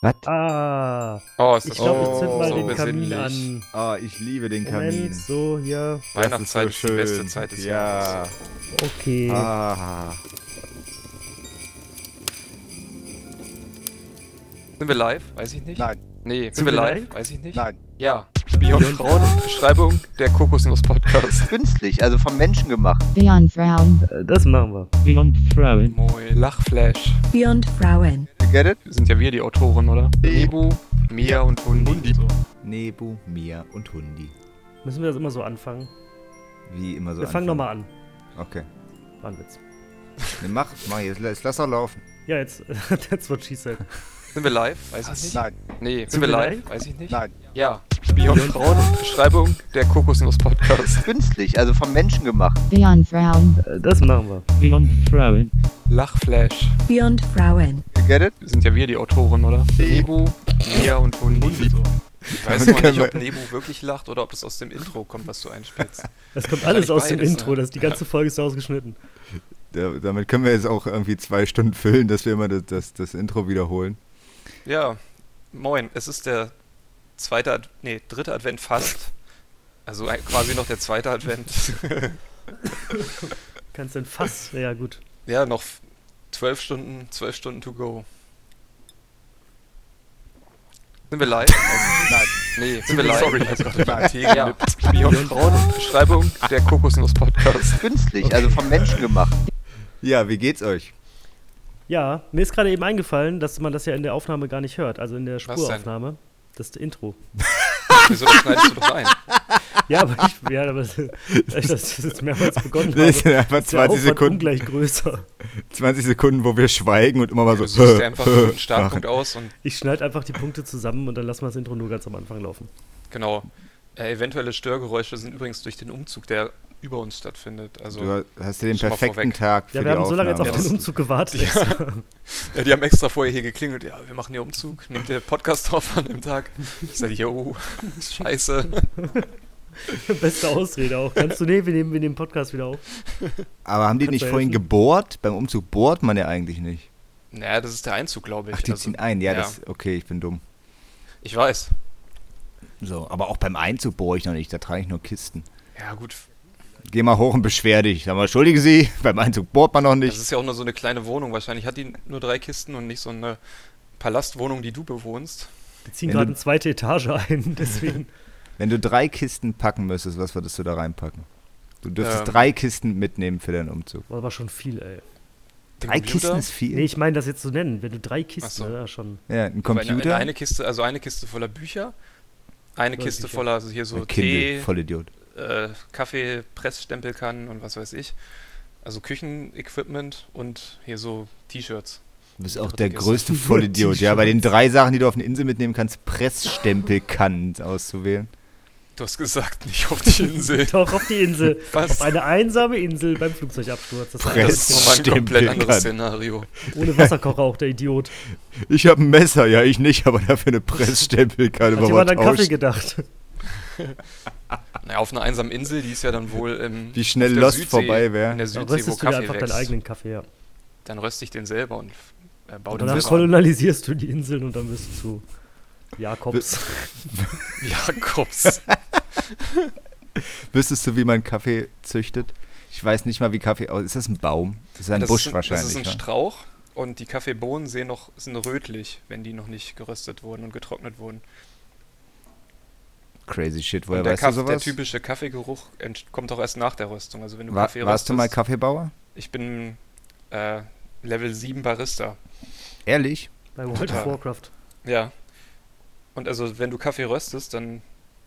Was? Ah, Oh, ist das ich glaube, ich so, zünd mal so den Kamin besinnlich. an. Ah, ich liebe den Moment, Kamin. so hier. Das Weihnachtszeit ist, so die schön. beste Zeit des ja. Jahres. Okay. Ah. Sind wir live? Weiß ich nicht. Nein, Nee, sind, Sind wir wir live? live? Weiß ich nicht. nein. Ja. Beyond Frauen und Beschreibung der Kokosnuss-Podcast. Künstlich, also vom Menschen gemacht. Beyond Frauen. Äh, Das machen wir. Beyond Frauen. Moin, Lachflash. Beyond Frauen. You Get it? Sind ja wir die Autoren, oder? Nee. Nebu, Mia und Hundi. Nebu, Mia und Hundi. Müssen wir das immer so anfangen? Wie immer so. wir fangen nochmal an. Okay. War ein Witz. Ne, mach, mach jetzt, lass, lass doch laufen. Ja, jetzt, halt. that's what she said. Sind wir live? Weiß ich nicht. Nein, Nee, sind, Sind wir wir live? live? Weiß ich nicht. nein. Ja. Beyond Frauen und Beschreibung der Kokosnuss-Podcast. Künstlich, also vom Menschen gemacht. Beyond Frauen. Äh, Das machen wir. Beyond Frauen. Lachflash. Beyond Frauen. You Get it? Sind ja wir die Autoren, oder? Nebu, Mia und Hundi. Ich weiß noch nicht, ob Nebu wirklich lacht oder ob das aus dem Intro kommt, was du einspielst. Das kommt alles ich aus dem beides, Intro, ne? das, die ganze Folge ist daraus geschnitten. Da, damit können wir jetzt auch irgendwie zwei Stunden füllen, dass wir immer das, das, das Intro wiederholen. Ja, moin. Es ist der zweite, Ad nee, dritte Advent fast. Also ein- quasi noch der zweite Advent. Kannst denn fast, ja gut. ja, noch f- zwölf Stunden, zwölf Stunden to go. Sind wir live? Nein, Also, nee, sind wir live? Sorry, also nein. ja. Beyond Frauen, Beschreibung der Kokosnuss-Podcast. Künstlich, also vom Menschen gemacht. Ja, wie geht's euch? Ja, mir ist gerade eben eingefallen, dass man das ja in der Aufnahme gar nicht hört, also in der denn? Spuraufnahme. Das ist das Intro. Wieso, das schneidest du doch rein? Ja, aber ich, ja, aber das, da ich das jetzt mehrmals begonnen habe, Das ist sind einfach der 20 Aufwand Sekunden, ungleich größer. 20 Sekunden, wo wir schweigen und immer mal so. Also, äh, Du suchst dir einfach einen Startpunkt aus und Ich schneide einfach die Punkte zusammen und dann lassen wir das Intro nur ganz am Anfang laufen. genau. Äh, eventuelle Störgeräusche sind übrigens durch den Umzug, der über uns stattfindet. Also Du hast dir den Schon mal perfekten vorweg. Tag für Ja, die wir haben so lange jetzt auf Aufnahme. den Umzug gewartet. Ja, die haben extra vorher hier geklingelt. Ja, wir machen hier Umzug. Nehmt ihr Podcast auf an dem Tag? Ich sage, yo, scheiße. Beste Ausrede auch. Kannst du, nee, wir nehmen, wir nehmen Podcast wieder auf. Aber haben die Kannst nicht du vorhin helfen? gebohrt? Beim Umzug bohrt man ja eigentlich nicht. Naja, das ist der Einzug, glaube ich. Ach, die Also, ziehen ein. Ja, ja. das. Okay, ich bin dumm. ich weiß. So, aber auch beim Einzug bohre ich noch nicht. Da trage ich nur Kisten. Ja, gut. Geh mal hoch und beschwer dich. Sag mal, entschuldige Sie, beim Einzug bohrt man noch Das nicht. ist ja auch nur so eine kleine Wohnung. Wahrscheinlich hat die nur drei Kisten und nicht so eine Palastwohnung, die du bewohnst. Wir ziehen Wenn gerade du- eine zweite Etage ein, deswegen. Wenn du drei Kisten packen müsstest, was würdest du da reinpacken? Du dürftest Ähm. drei Kisten mitnehmen für deinen Umzug. War aber schon viel, ey. Den drei Computer? Kisten ist viel. Nee, ich meine das jetzt zu nennen. Wenn du drei Kisten, Ach so. ne, ja, schon. ja, ein Aber Eine, eine, Computer. eine Kiste, also eine Kiste voller Bücher. Eine Voller Kiste Bücher. voller, also hier so Ein Kindle, Tee, Vollidiot. äh, Kaffee, Pressstempelkannen und was weiß ich. Also Küchenequipment und hier so T-Shirts. Du bist Die auch dritte der Kiste. größte Vollidiot. Ja, bei den drei Sachen, die du auf eine Insel mitnehmen kannst, Pressstempelkannen auszuwählen. Du hast gesagt, nicht auf die Insel. Doch auf die Insel. Was? Auf eine einsame Insel beim Flugzeugabsturz. Das war Press. Das ist nochmal ein Stimmt, komplett Dicker. anderes Szenario. alles ohne Wasserkocher auch der Idiot. Ich habe ein Messer, ja, ich nicht, aber dafür eine Pressstempelkanne. Hat wollen wir jemand an Kaffee tauschen. gedacht? Naja, auf einer einsamen Insel, die ist ja dann wohl im. Wie schnell auf der Lost Südsee- vorbei In der wäre. Dann Südsee, wo röstest du dir Kaffee einfach wächst. deinen eigenen Kaffee, ja. Dann röste ich den selber und äh, baue Und danach den selber. an. kolonialisierst du die Inseln und dann wirst du zu Jakobs. Jakobs. Wüsstest du, wie man Kaffee züchtet? Ich weiß nicht mal, wie Kaffee aussieht. Ist das ein Baum? Das ist ein das Busch ist ein, wahrscheinlich. Das ist ein wa? Strauch und die Kaffeebohnen sehen noch, sind rötlich, wenn die noch nicht geröstet wurden und getrocknet wurden. ne? Crazy shit, Und woher der, weißt du Kaff, der sowas? typische Kaffeegeruch ent- kommt auch erst nach der Röstung. Also wenn du Wa- Kaffee warst du mal röstest. Kaffeebauer? ich bin äh, Level 7 Barista. Ehrlich? Bei World of Total. Warcraft. Ja. Und also, wenn du Kaffee röstest, dann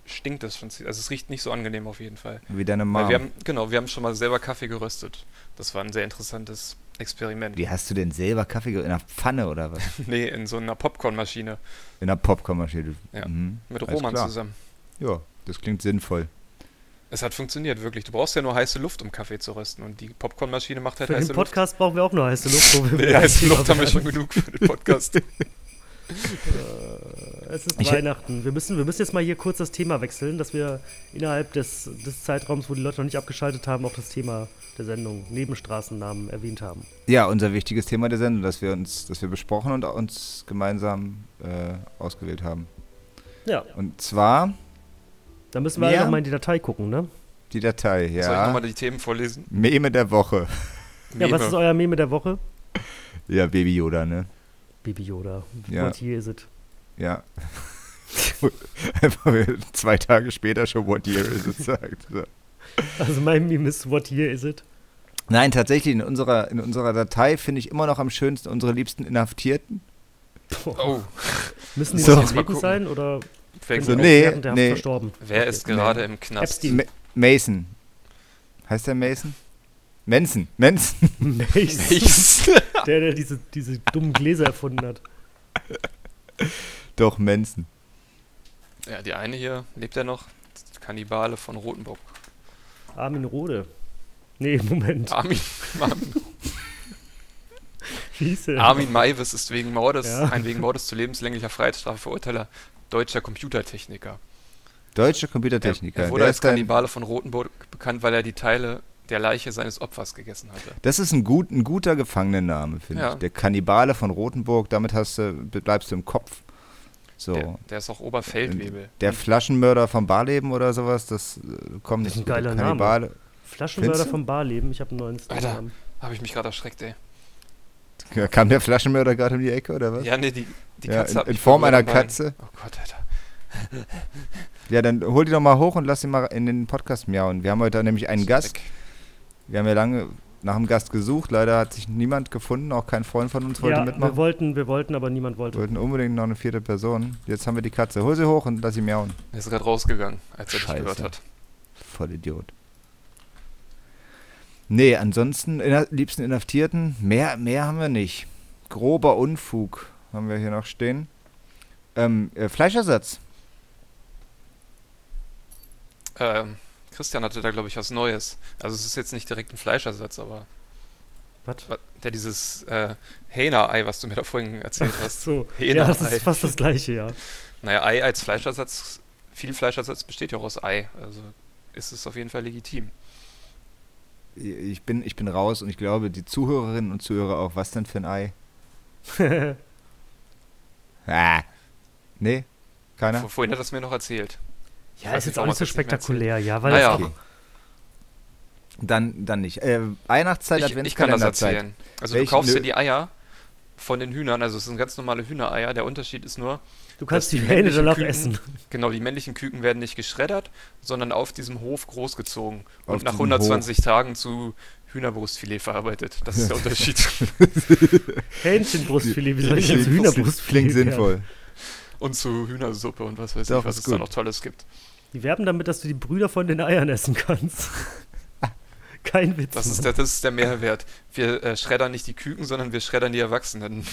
stinkt das schon. zie- Also, es riecht nicht so angenehm auf jeden Fall. Wie deine Weil wir Mom. haben, genau, wir haben schon mal selber Kaffee geröstet. Das war ein sehr interessantes Experiment. Wie hast du denn selber Kaffee ge- in einer Pfanne oder was? Nee, in so einer Popcornmaschine In einer Popcornmaschine. Ja, Mhm. mit Alles Roman klar. zusammen. Ja, das klingt sinnvoll. Es hat funktioniert, wirklich. Du brauchst ja nur heiße Luft, um Kaffee zu rösten. Und die Popcornmaschine macht halt Für heiße den also Luft. Podcast brauchen wir auch nur heiße Luft. Wo wir Äh, Nee, wieder heiße beim Luft haben wir Thema schon genug für den Podcast. werden. Es ist Ich- Weihnachten. Wir müssen, wir müssen jetzt mal hier kurz das Thema wechseln, dass wir innerhalb des, des Zeitraums, wo die Leute noch nicht abgeschaltet haben, auch das Thema der Sendung Nebenstraßennamen erwähnt haben. Ja, unser wichtiges Thema der Sendung, das wir uns, das wir besprochen und uns gemeinsam äh, ausgewählt haben. Ja, Und zwar da müssen wir Ja. ja. nochmal in die Datei gucken, ne? die Datei, Soll ich ja. nochmal die Themen vorlesen? Meme der Woche. Ja, was ist euer Meme der Woche? Ja, Baby Yoda, ne? Baby Yoda. Ja. What year is it? Ja. Einfach weil zwei Tage später schon What Year is it sagt. So. Also mein Meme ist What year is it? Nein, tatsächlich, in unserer, in unserer Datei finde ich immer noch am schönsten unsere liebsten Inhaftierten. Boah. Oh, Müssen die So. noch Mal am Leben gucken. sein oder wer, So, die nee, während der Haft nee. verstorben? wer ist gerade im Knast? Epstein. Ma- Mason. Heißt der Mason? Manson. Manson. Nichts. der, der diese, diese dummen Gläser erfunden hat. Doch, Manson. Ja, die eine hier, lebt er noch? Kannibale von Rotenburg. Armin Rode. Nee, Moment. Armin, Wie hieß der? Armin Maivis ist wegen Mordes, Ja. ein wegen Mordes zu lebenslänglicher Freiheitsstrafe verurteilter deutscher Computertechniker. Deutsche Er, Computertechniker. er wurde Der als ist ein- Kannibale von Rotenburg bekannt, weil er die Teile der Leiche seines Opfers gegessen hatte. Das ist ein, gut, ein guter Gefangenenname, finde Ja. ich. Der Kannibale von Rotenburg, damit hast du, bleibst du im Kopf. So. Der, Der, der ist auch Oberfeldwebel. Flaschenmörder vom Barleben oder sowas, das äh, kommt Das ist nicht. ein gut. Der geiler Name. Kannibale. Flaschenmörder Findest du? vom Barleben. Ich habe einen neuen Alter. Namen. Habe ich mich gerade erschreckt, ey. Ja, Kam der Flaschenmörder gerade um die Ecke oder was? Ja, nee, die, die Ja, Katze in, hat in mich Form berührt einer am Bein. Katze. Oh Gott, Alter. Ja, dann hol die doch mal hoch und lass sie mal in den Podcast miauen. Wir haben heute nämlich einen Ist Gast. weg. Wir haben ja lange nach einem Gast gesucht. Leider hat sich niemand gefunden, auch kein Freund von uns wollte Ja, wir mitmachen. wollten, wir wollten, aber niemand Wir wollte. wollten unbedingt noch eine vierte Person. Jetzt haben wir die Katze. Hol sie hoch und lass sie miauen. Er ist gerade rausgegangen, als er dich Scheiße. gehört hat. Voll Idiot. Nee, ansonsten, inha liebsten Inhaftierten, mehr, mehr haben wir nicht. Grober Unfug haben wir hier noch stehen. Ähm, äh, Fleischersatz. Ähm, Christian hatte da, glaube ich, was Neues. Also es ist jetzt nicht direkt ein Fleischersatz, aber Was? wa- der dieses äh, Hähnerei, was du mir da vorhin erzählt hast. So. Hähnerei. Ja, das ist fast das gleiche, ja. Naja, Ei als Fleischersatz, viel Fleischersatz besteht ja auch aus Ei. Also ist es auf jeden Fall legitim. Ich bin, ich bin raus und ich glaube, die Zuhörerinnen und Zuhörer auch, was denn für ein Ei? Ah. Nee, keiner? Vor, vorhin hat er es mir noch erzählt. Ja, weiß ist jetzt warum auch nicht so er's jetzt mehr erzählt. spektakulär, ja, weil Naja, es Okay. Dann, dann nicht. Äh, Weihnachtszeit, Ich, ich kann das Adventskalenderzeit. erzählen. Also Welchen- du kaufst dir nö. die Eier von den Hühnern, also es sind ganz normale Hühnereier. Der Unterschied ist nur, du kannst dass die die Hähne männlichen danach Küken- essen. Genau, die männlichen Küken werden nicht geschreddert, sondern auf diesem Hof großgezogen Auf und nach diesem 120 Tagen zu Hühnerbrustfilet verarbeitet. Das ist der Unterschied. Hähnchenbrustfilet, wie soll ich Klingt- jetzt Hühnerbrustfilet? Klingt werden? sinnvoll. und zu Hühnersuppe und was weiß Doch, ich, was ist es da gut. noch Tolles gibt. Die werben damit, dass du die Brüder von den Eiern essen kannst. Kein Witz. Das ist Mann. der, das ist der Mehrwert. Wir äh, schreddern nicht die Küken, sondern wir schreddern die Erwachsenen.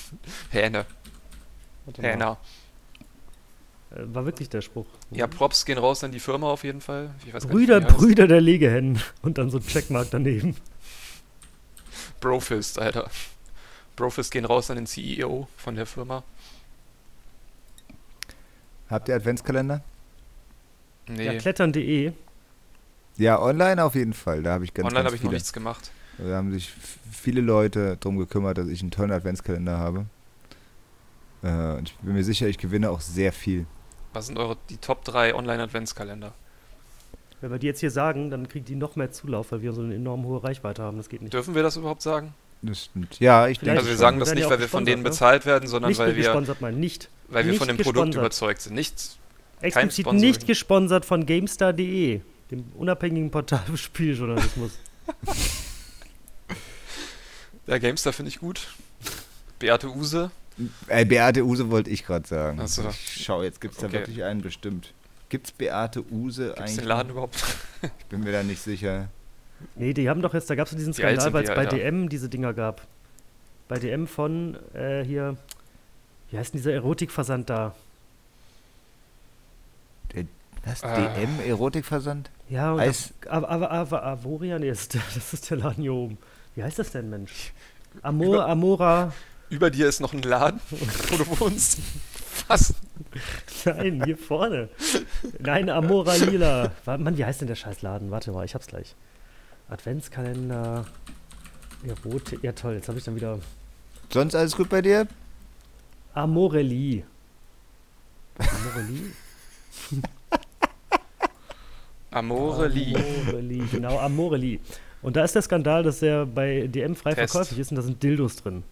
Hähne, Warte mal. Hähner. Äh, War wirklich der Spruch. Ja, Props gehen raus an die Firma auf jeden Fall. Ich weiß gar nicht, wie Brüder, die heißt. Brüder der Legehennen. Und dann so ein Checkmark daneben. Brofist, Alter. Brofist gehen raus an den CEO von der Firma. Habt ihr Adventskalender? Ja, Nee, klettern.de. Ja, online auf jeden Fall. Da habe ich ganz, online ganz habe ich noch viele. nichts gemacht. Da haben sich f- viele Leute drum gekümmert, dass ich einen tollen Adventskalender habe. Äh, und ich bin mir sicher, ich gewinne auch sehr viel. Was sind eure die Top 3 Online-Adventskalender? Wenn wir die jetzt hier sagen, dann kriegt die noch mehr Zulauf, weil wir so eine enorm hohe Reichweite haben. Das geht nicht. Dürfen wir das überhaupt sagen? Das stimmt. Ja, ich denke Vielleicht- Also wir schon. sagen das Werden ja nicht, auch weil wir von denen gesponsert, bezahlt werden, sondern nicht weil wir, gesponsert, meine nicht. weil wir nicht von dem Produkt gesponsert. überzeugt sind. Nicht, Explizit Sponsoring. nicht gesponsert von GameStar.de, dem unabhängigen Portal für Spieljournalismus. der Gamestar finde ich gut. Beate Use. Ey, Äh, Beate Use wollte ich gerade sagen. Ach so. Ich schau, jetzt gibt es da Okay. wirklich einen bestimmt. Gibt's Beate Use Gibt es eigentlich? den Laden überhaupt? Ich bin mir da nicht sicher. nee, die haben doch jetzt, da gab es diesen Wie alt Skandal, sind weil die, es bei Alter? DM diese Dinger gab. Bei DM von äh, hier, wie heißt denn dieser Erotikversand da? Was? Ah. DM Erotikversand? Ja, und Eis- das- Av- Av- Av- Avoria, nee, das ist, der, das ist der Laden hier oben. Wie heißt das denn, Mensch? Amor, Über- Amora, Über dir ist noch ein Laden, wo du wohnst. Was? Nein, hier vorne. Nein, Amora Lila. Warte, Mann, wie heißt denn der Scheißladen? Warte mal, ich hab's gleich. Adventskalender. Erotik. Ja, toll, jetzt habe ich dann wieder. Sonst alles gut bei dir? Amorelli. Amorelli? Amore Lee. Amorelli, genau, Amorelli. Und da ist der Skandal, dass er bei DM frei Test. verkäuflich ist und da sind Dildos drin.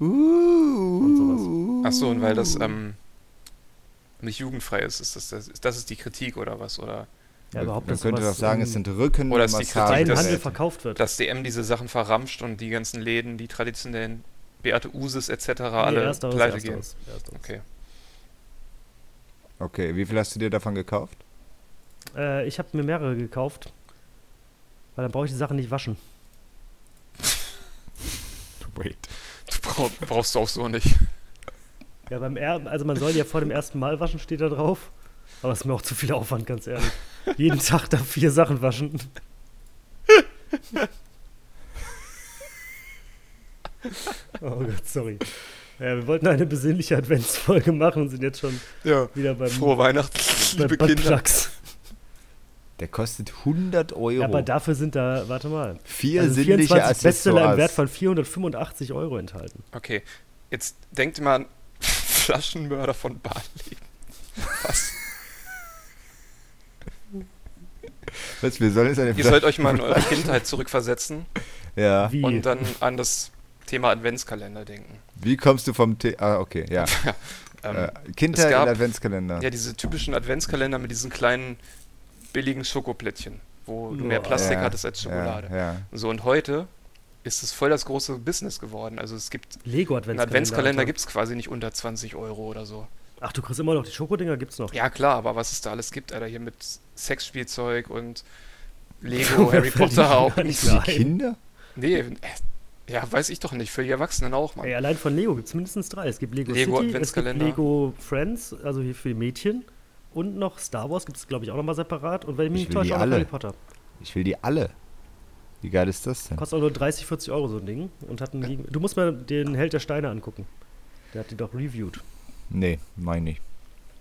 Uh, sowas. Achso, und weil das ähm, nicht jugendfrei ist, ist das, das, ist- das ist die Kritik oder was? Oder Ja, überhaupt Man dass könnte doch sowas sagen, im es sind Rücken Oder ist die Massagen. Kritik, freien dass- Handel verkauft wird. dass DM diese Sachen verramscht und die ganzen Läden, die traditionellen Beate Uses etc. Nee, alle ersteres, pleite gehen. ersteres, ersteres. Okay. Okay, wie viel hast du dir davon gekauft? Äh, ich habe mir mehrere gekauft. Weil dann brauche ich die Sachen nicht waschen. Wait. Du brauch, brauchst du auch so nicht. Ja, beim er also man soll ja vor dem ersten Mal waschen, steht da drauf. Aber es ist mir auch zu viel Aufwand, ganz ehrlich. Jeden Tag da vier Sachen waschen. oh Gott, sorry. Ja, wir wollten eine besinnliche Adventsfolge machen und sind jetzt schon Ja. wieder beim, Frohe Weihnachten, beim liebe Kinder. Buttplugs. Der kostet 100 Euro. Aber dafür sind da, warte mal, Vier also sinnliche 24 Bestseller im Wert Accessoires. von 485 Euro enthalten. Okay, jetzt denkt mal an Flaschenmörder von Barley. Was? Was, wir sollen jetzt eine Ihr sollt euch mal in eure Kindheit zurückversetzen Ja. Wie? und äh, dann an das Thema Adventskalender denken. Wie kommst du vom T. Ah, okay, ja. Ähm, Äh, Kindheit es gab- in Adventskalender. Ja, diese typischen Adventskalender mit diesen kleinen billigen Schokoplättchen, wo du mehr Ja. Plastik Ja, hattest als Schokolade. Ja, ja. So, und heute ist es voll das große Business geworden. Also es gibt, Lego einen Adventskalender. Adventskalender Alter. gibt es quasi nicht unter 20 Euro oder so. Ach, du kriegst immer noch die Schokodinger, gibt's noch. Ja klar, aber was es da alles gibt, Alter, hier mit Sexspielzeug und Lego, Oh, Harry Potter auch. Gar nicht Die mehr ein. Kinder? Nee, äh, ja, weiß ich doch nicht. Für die Erwachsenen auch, Mann. Ey, allein von Lego gibt es mindestens drei. Es gibt Lego, City, Lego es gibt Adventskalender. Lego Friends, also hier für die Mädchen. Und noch Star Wars gibt es, glaube ich, auch nochmal separat. Und wenn ich mich Ich nicht will die täusche, auch noch alle. Harry Potter. Ich will die alle. Wie geil ist das denn? Kostet auch nur 30, 40 Euro so ein Ding. Und hat einen Gegen- du musst mal den Held der Steine angucken. Der hat die doch reviewed. Nee, meine ich.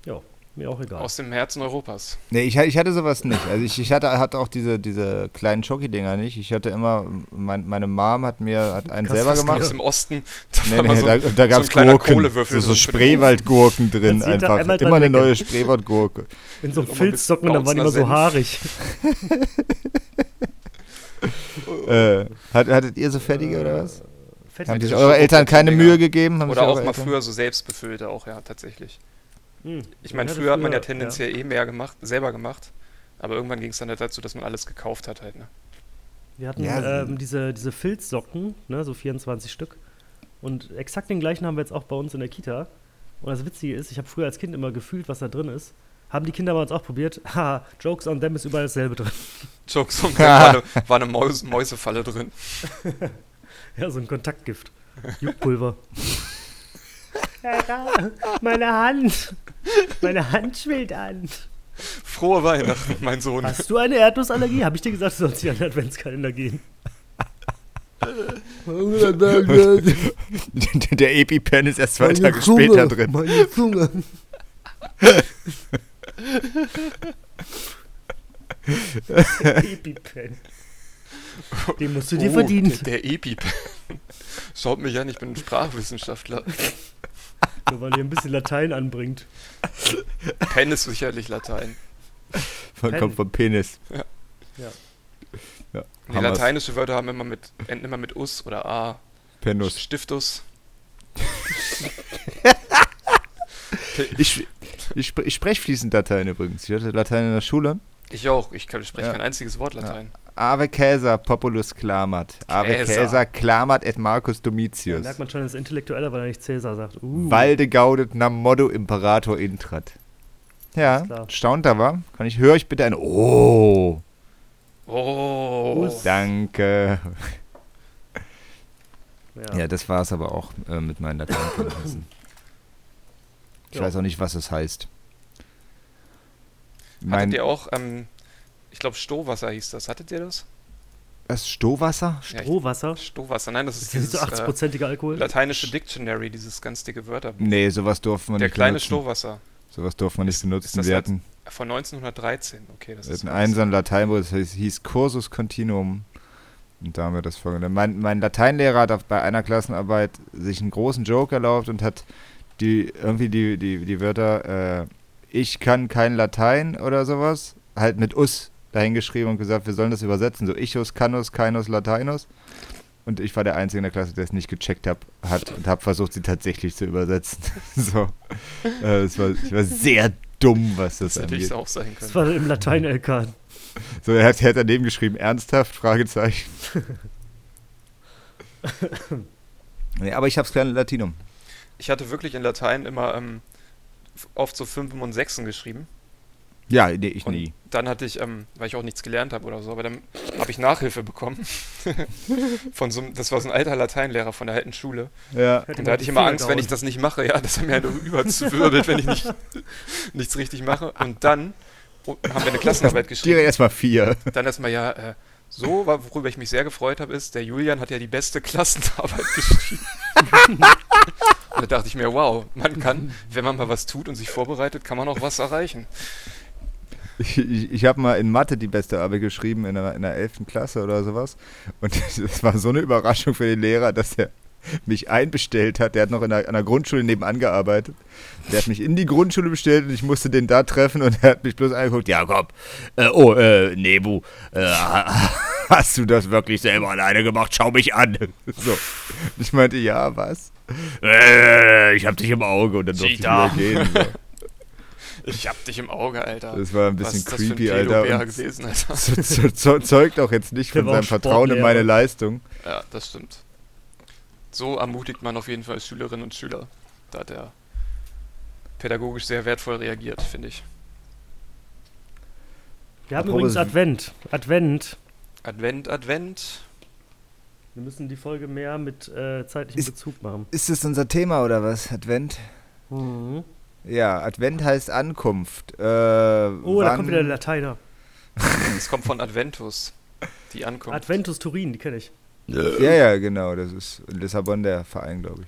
Ja, mir auch egal. Aus dem Herzen Europas. Nee, ich, ha- ich hatte sowas nicht. Also ich, ich hatte, hatte auch diese, diese kleinen Schoki-Dinger nicht. Ich hatte immer, mein, meine Mom hat mir hat einen Krass, selber was gemacht. Aus dem Osten. Da Nee, war mal nee, da, da so gab ein es kleiner Gurken. Kohlewürfel. So, so für den Ofen. Spreewaldgurken drin Kannst jeden Tag einfach. einmal dran Immer eine lecken. neue Spreewaldgurke. In so Noch mal ein bisschen Filzsocken, dann waren die immer so Bautzner haarig. Oh. äh, hat, hattet ihr so fertige oder Äh, was? Fett. Haben diese sich eure Eltern keine Schokopudding-Dinger. Mühe gegeben? Haben sich Oder eure auch mal Eltern- früher so selbstbefüllte auch, ja, tatsächlich. Hm. Ich meine, Ja, früher hat man ja früher, tendenziell eh mehr gemacht, selber gemacht. Aber irgendwann ging es dann halt dazu, dass man alles gekauft hat halt, ne? Wir hatten Ja, ähm, diese, diese Filzsocken, ne, so 24 Stück. Und exakt den gleichen haben wir jetzt auch bei uns in der Kita. Und das Witzige ist, ich habe früher als Kind immer gefühlt, was da drin ist. Haben die Kinder bei uns auch probiert. Haha, Jokes on them ist überall dasselbe drin. Jokes und war eine, war eine Maus, Mäusefalle drin. Ja, so ein Kontaktgift. Juckpulver. Meine Hand. Meine Hand schwillt an. Frohe Weihnachten, mein Sohn. Hast du eine Erdnussallergie? Habe ich dir gesagt, du sollst nicht an den Adventskalender gehen. Der EpiPen ist erst zwei Tage später drin. Meine Zunge. EpiPen. Den musst du dir Oh, verdienen. Der, der Epip. Schaut mich an, ich bin ein Sprachwissenschaftler. Nur weil ihr ein bisschen Latein anbringt. Pen ist sicherlich Latein. Man Pen. kommt vom Penis. Ja. Ja. Ja, Die Hammers. lateinische Wörter haben immer mit, enden immer mit us oder a. Penus. Stiftus. Ich, ich, spre- ich spreche fließend Latein übrigens. Ich hatte Latein in der Schule. Ich auch. Ich kann- ich spreche Ja. kein einziges Wort Latein. Ave Caesar populus clamat. Ave Caesar. Caesar clamat et Marcus Da Domitius. merkt man schon, das ist intellektueller, weil er nicht Cäsar sagt. Uh, Valde gaudet nam modo imperator intrat. Ja, Alles klar. staunt da war. Kann ich, höre ich bitte ein Oh, Oh. danke. ja. Ja, das war es aber auch äh, mit meinen Lateinkenntnissen. ich Ja. weiß auch nicht, was es heißt. Hattet Mein, ihr auch, ähm, ich glaube, Stohwasser hieß das. Hattet ihr das? Das Stohwasser? Ja, ich- Rohwasser. Stohwasser, nein, das Das ist ist nicht dieses so 80%iger äh, Alkohol. lateinische Dictionary, dieses ganz dicke Wörterbuch. Nee, sowas durfte man Der nicht kleine benutzen. Stohwasser Sowas durfte man nicht Ist- ist benutzen. das Wir jetzt- hatten, von 1913. Okay, das wir ist hatten was. einen so einen Lateinbuch, das hieß, hieß Cursus Continuum. Und da haben wir das vorgenommen. Mein, mein Lateinlehrer hat auf- bei einer Klassenarbeit sich einen großen Joke erlaubt und hat die irgendwie die, die, die Wörter äh, ich kann kein Latein oder sowas halt mit us dahingeschrieben und gesagt, wir sollen das übersetzen. So ichus, canus, keinus, lateinus. Und ich war der Einzige in der Klasse, der es nicht gecheckt hab, hat und habe versucht, sie tatsächlich zu übersetzen. so. Äh, es war, ich war sehr dumm, was das, Das hätte angeht. ich auch sein Das können. war im Latein-LK. So, er hat, er hat daneben geschrieben, ernsthaft? Fragezeichen. nee, aber ich hab's kleine Latinum. Ich hatte wirklich in Latein immer ähm, f- oft so Fünfen und Sechsen geschrieben. Ja, nee, ich Und nie. dann hatte ich, ähm, weil ich auch nichts gelernt habe oder so, aber dann habe ich Nachhilfe bekommen. von so, einem- das war so ein alter Lateinlehrer von der alten Schule. Ja. Und da hatte ich immer Angst, wenn ich das nicht mache, ja, dass er mir eine überzwirbelt, wenn ich nicht, nichts richtig mache. Und dann oh, haben wir eine Klassenarbeit Direkt geschrieben. erstmal vier. Dann erstmal, ja, äh, so, war- worüber ich mich sehr gefreut habe, ist, der Julian hat ja die beste Klassenarbeit geschrieben. Und da dachte ich mir, wow, man kann, wenn man mal was tut und sich vorbereitet, kann man auch was erreichen. Ich, ich, ich habe mal in Mathe die beste Arbeit geschrieben, in der, in der 11. Klasse oder sowas. Und das war so eine Überraschung für den Lehrer, dass er mich einbestellt hat. Der hat noch in einer, einer Grundschule nebenan gearbeitet. Der hat mich in die Grundschule bestellt und ich musste den da treffen und er hat mich bloß angeguckt. Jakob, äh, oh, äh, Nebu, äh, hast du das wirklich selber alleine gemacht? Schau mich an. So. Ich meinte, ja, was? Äh, ich hab dich im Auge und dann durfte ich wieder Cheetah. gehen. So. Ich hab dich im Auge, Alter. Das war ein bisschen Was ist creepy, das für ein Alter. Pedobär Und gewesen, Alter. Ze- ze- ze- zeugt auch jetzt nicht Der von war seinem auch Vertrauen in meine Sportlehrer. Leistung. Ja, das stimmt. So ermutigt man auf jeden Fall Schülerinnen und Schüler. Da hat er pädagogisch sehr wertvoll reagiert, finde ich. Wir haben Warum übrigens ist- Advent. Advent. Advent, Advent. Wir müssen die Folge mehr mit äh, zeitlichem Ist- Bezug machen. Ist das unser Thema oder was? Advent? Mhm. Ja, Advent heißt Ankunft. Äh, Oh, da kommt wieder der Lateiner. Es kommt von Adventus, die ankommt. Adventus Turin, die kenne ich. Ja, ja, genau. Das ist in Lissabon der Verein, glaube ich.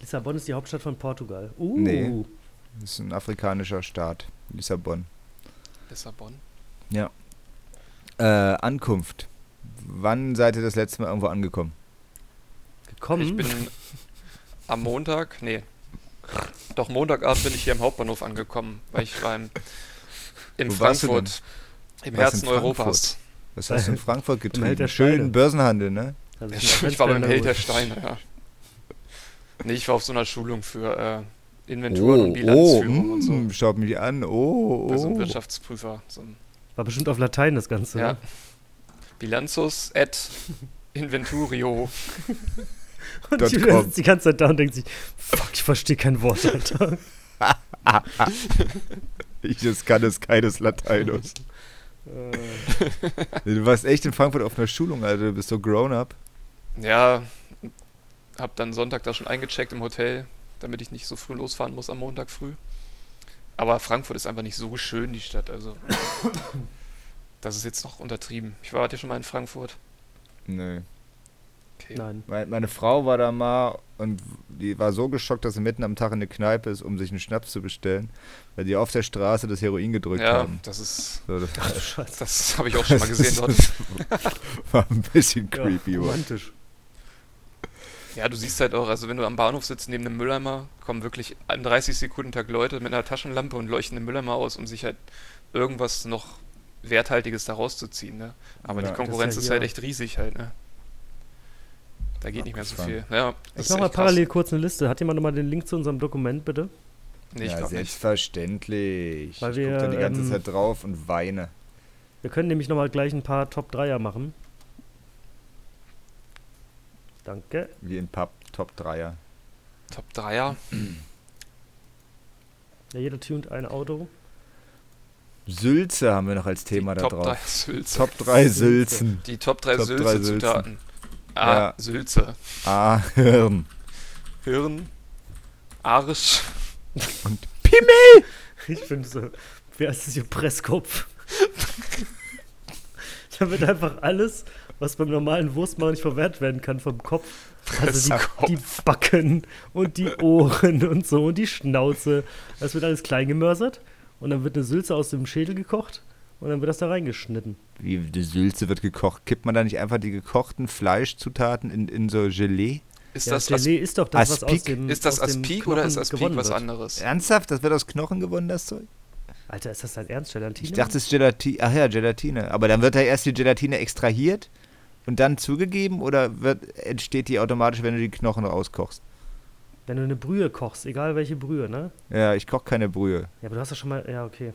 Lissabon ist die Hauptstadt von Portugal. Uh. Nee. Das ist ein afrikanischer Staat. Lissabon. Lissabon. Äh, Ankunft. Wann seid ihr das letzte Mal irgendwo angekommen? Gekommen. Ich bin am Montag, nee, doch Montagabend bin ich hier am Hauptbahnhof angekommen, weil ich war im, in Wo warst du Frankfurt, im Warst Herzen in Frankfurt? Europas. Was hast du in Frankfurt Held getrieben? der Steine. Schönen Börsenhandel, ne? Also Ich, bin war beim Adventkalender Held der wohl. Steine, ja. Nee, ich war auf so einer Schulung für äh, Inventuren und oh, Bilanzführung und so. mm, schaut mich an. Oh, Bei so einem oh. Wirtschaftsprüfer. So einem, War bestimmt auf Latein das Ganze. ja. ne? Bilanzus et Inventurio. Und Dot Julia com. sitzt die ganze Zeit da und denkt sich, fuck, ich verstehe kein Wort, Alter. oh. Ich das kann es keines Lateinus. Äh, Du warst echt in Frankfurt auf einer Schulung, Alter. Du bist so grown up. Ja, hab dann Sonntag da schon eingecheckt im Hotel, damit ich nicht so früh losfahren muss am Montag früh. Aber Frankfurt ist einfach nicht so schön, die Stadt. Also, das ist jetzt noch untertrieben. Ich war, wart ihr schon mal in Frankfurt? Nee. Okay. Nein. Meine, meine Frau war da mal und die war so geschockt, dass sie mitten am Tag in eine Kneipe ist, um sich einen Schnaps zu bestellen, weil die auf der Straße das Heroin gedrückt Ja, haben. das ist. So, das Ach du Äh, Scheiße. Das habe ich auch schon mal gesehen dort. war ein bisschen Ja, creepy. Ja, romantisch. Ja, du siehst halt auch, also wenn du am Bahnhof sitzt neben einem Mülleimer, kommen wirklich am 30 Sekundentag Leute mit einer Taschenlampe und leuchten den Mülleimer aus, um sich halt irgendwas noch Werthaltiges daraus zu ziehen. Ne? Aber die Ja, das ist Konkurrenz ja ist hier- halt echt riesig halt. Ne? Da geht nicht mehr so viel. Abgefahren. Ja, das Ich ist mache mal echt krass. parallel kurz eine Liste. Hat jemand nochmal den Link zu unserem Dokument, bitte? Nee, ich ja glaub nicht. selbstverständlich. Weil ich wir, gucke da die ganze ähm, Zeit drauf und weine. Wir können nämlich nochmal gleich ein paar Top 3er machen. Danke. Wie in Pub Top 3er. Top 3er. Ja, jeder tunt ein Auto. Sülze haben wir noch als Thema die da Top drauf. 3 Sülze. Top 3 Sülze. Sülzen. Die Top 3 Top drei Sülze-Zutaten. A. Ja. Sülze. Ah, Hirn. Hirn. Arsch. Ich bin so. Wer ist das hier? Presskopf. da wird einfach alles, was beim normalen Wurstmacher nicht verwehrt werden kann vom Kopf. Also Presskopf. die, die Backen und die Ohren und so und die Schnauze. Das wird alles klein gemörsert und dann wird eine Sülze aus dem Schädel gekocht und dann wird das da reingeschnitten. Wie die Sülze wird gekocht. Kippt man da nicht einfach die gekochten Fleischzutaten in, in so Gelee? Ist Ja, das As Gelee ist doch das, was aus Aspik? dem ist das aus dem Aspik oder ist Knochen Aspik gewonnen was wird. anderes? Ernsthaft? Das wird aus Knochen gewonnen, das Zeug? Alter, ist das dein Ernst, Gelatine? Ich dachte, es ist Gelatine. Ach ja, Gelatine. Aber dann wird da erst die Gelatine extrahiert und dann zugegeben oder wird, entsteht die automatisch, wenn du die Knochen rauskochst? Wenn du eine Brühe kochst, egal welche Brühe, ne? Ja, ich koche keine Brühe. Ja, aber du hast ja schon mal. Ja, okay.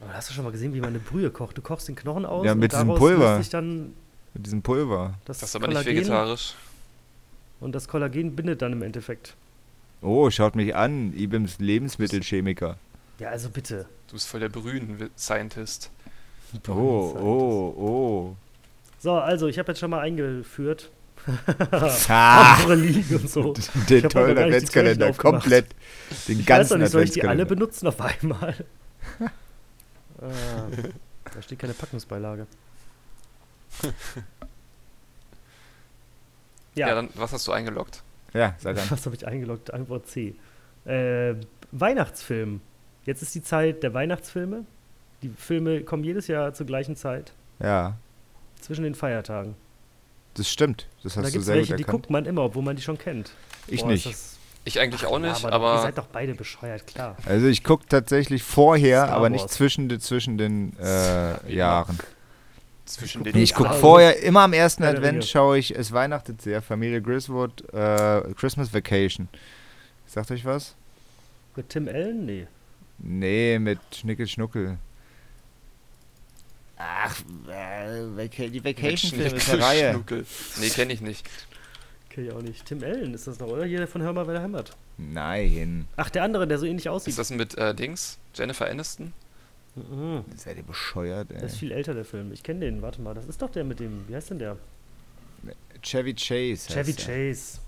aber hast du schon mal gesehen, wie man eine Brühe kocht? Du kochst den Knochen aus Ja, und mit diesem daraus Pulver. löst sich dann Mit diesem Pulver. das, Das ist aber Kollagen nicht vegetarisch. und das Kollagen bindet dann im Endeffekt. Oh, schaut mich an. Ibims Lebensmittelchemiker. Ja, also bitte. Du bist voll der berühmte Scientist. Oh, oh, So, also ich habe jetzt schon mal eingeführt. oh. Ha! Eure Liegen und Ah. so. Ich Den hab noch gar nicht die tollen Türchen Adventskalender. aufgemacht. Komplett. Den Ich weiß doch ganzen nicht, soll ich die alle Adventskalender. benutzen auf einmal? ah, da steht keine Packungsbeilage. Ja. Ja, dann was hast du eingeloggt? Ja, sag an. was habe ich eingeloggt? Antwort C. Äh, Weihnachtsfilm. Jetzt ist die Zeit der Weihnachtsfilme. Die Filme kommen jedes Jahr zur gleichen Zeit, Ja, zwischen den Feiertagen. das stimmt. Das Und da hast du gibt es sehr gut welche, die erkannt. guckt man immer, obwohl man die schon kennt. Ich Boah, ist nicht. das- Ich eigentlich auch nicht, Ja, aber, Ihr seid doch beide bescheuert, klar. Also ich gucke tatsächlich vorher, Star aber Wars. nicht zwischen, den- zwischen den äh, Jahren. zwischen den Nee, ich gucke Wars. vorher, immer am ersten Herr der Advent Ringe. schaue ich, es weihnachtet sehr, Familie Griswold, äh, Christmas Vacation. Sagt euch was? Mit Tim Allen? Nee. Nee, mit Schnickel Schnuckel. Ach, äh, Vaca- die Vacation-Filme ist eine Reihe. Schnuckel. Nee, kenne ich nicht. Kenn ich auch nicht. Tim Allen ist das noch, oder? Hier der von Hör mal, wer da hämmert. Nein, Ach, der andere, der so ähnlich aussieht. Ist das mit äh, Dings? Jennifer Aniston? Mhm. seid ihr bescheuert, Der ey. ist viel älter, der Film. Ich kenne den, warte mal. Das ist doch der mit dem, wie heißt denn der? Chevy Chase. Chevy heißt er. Chase.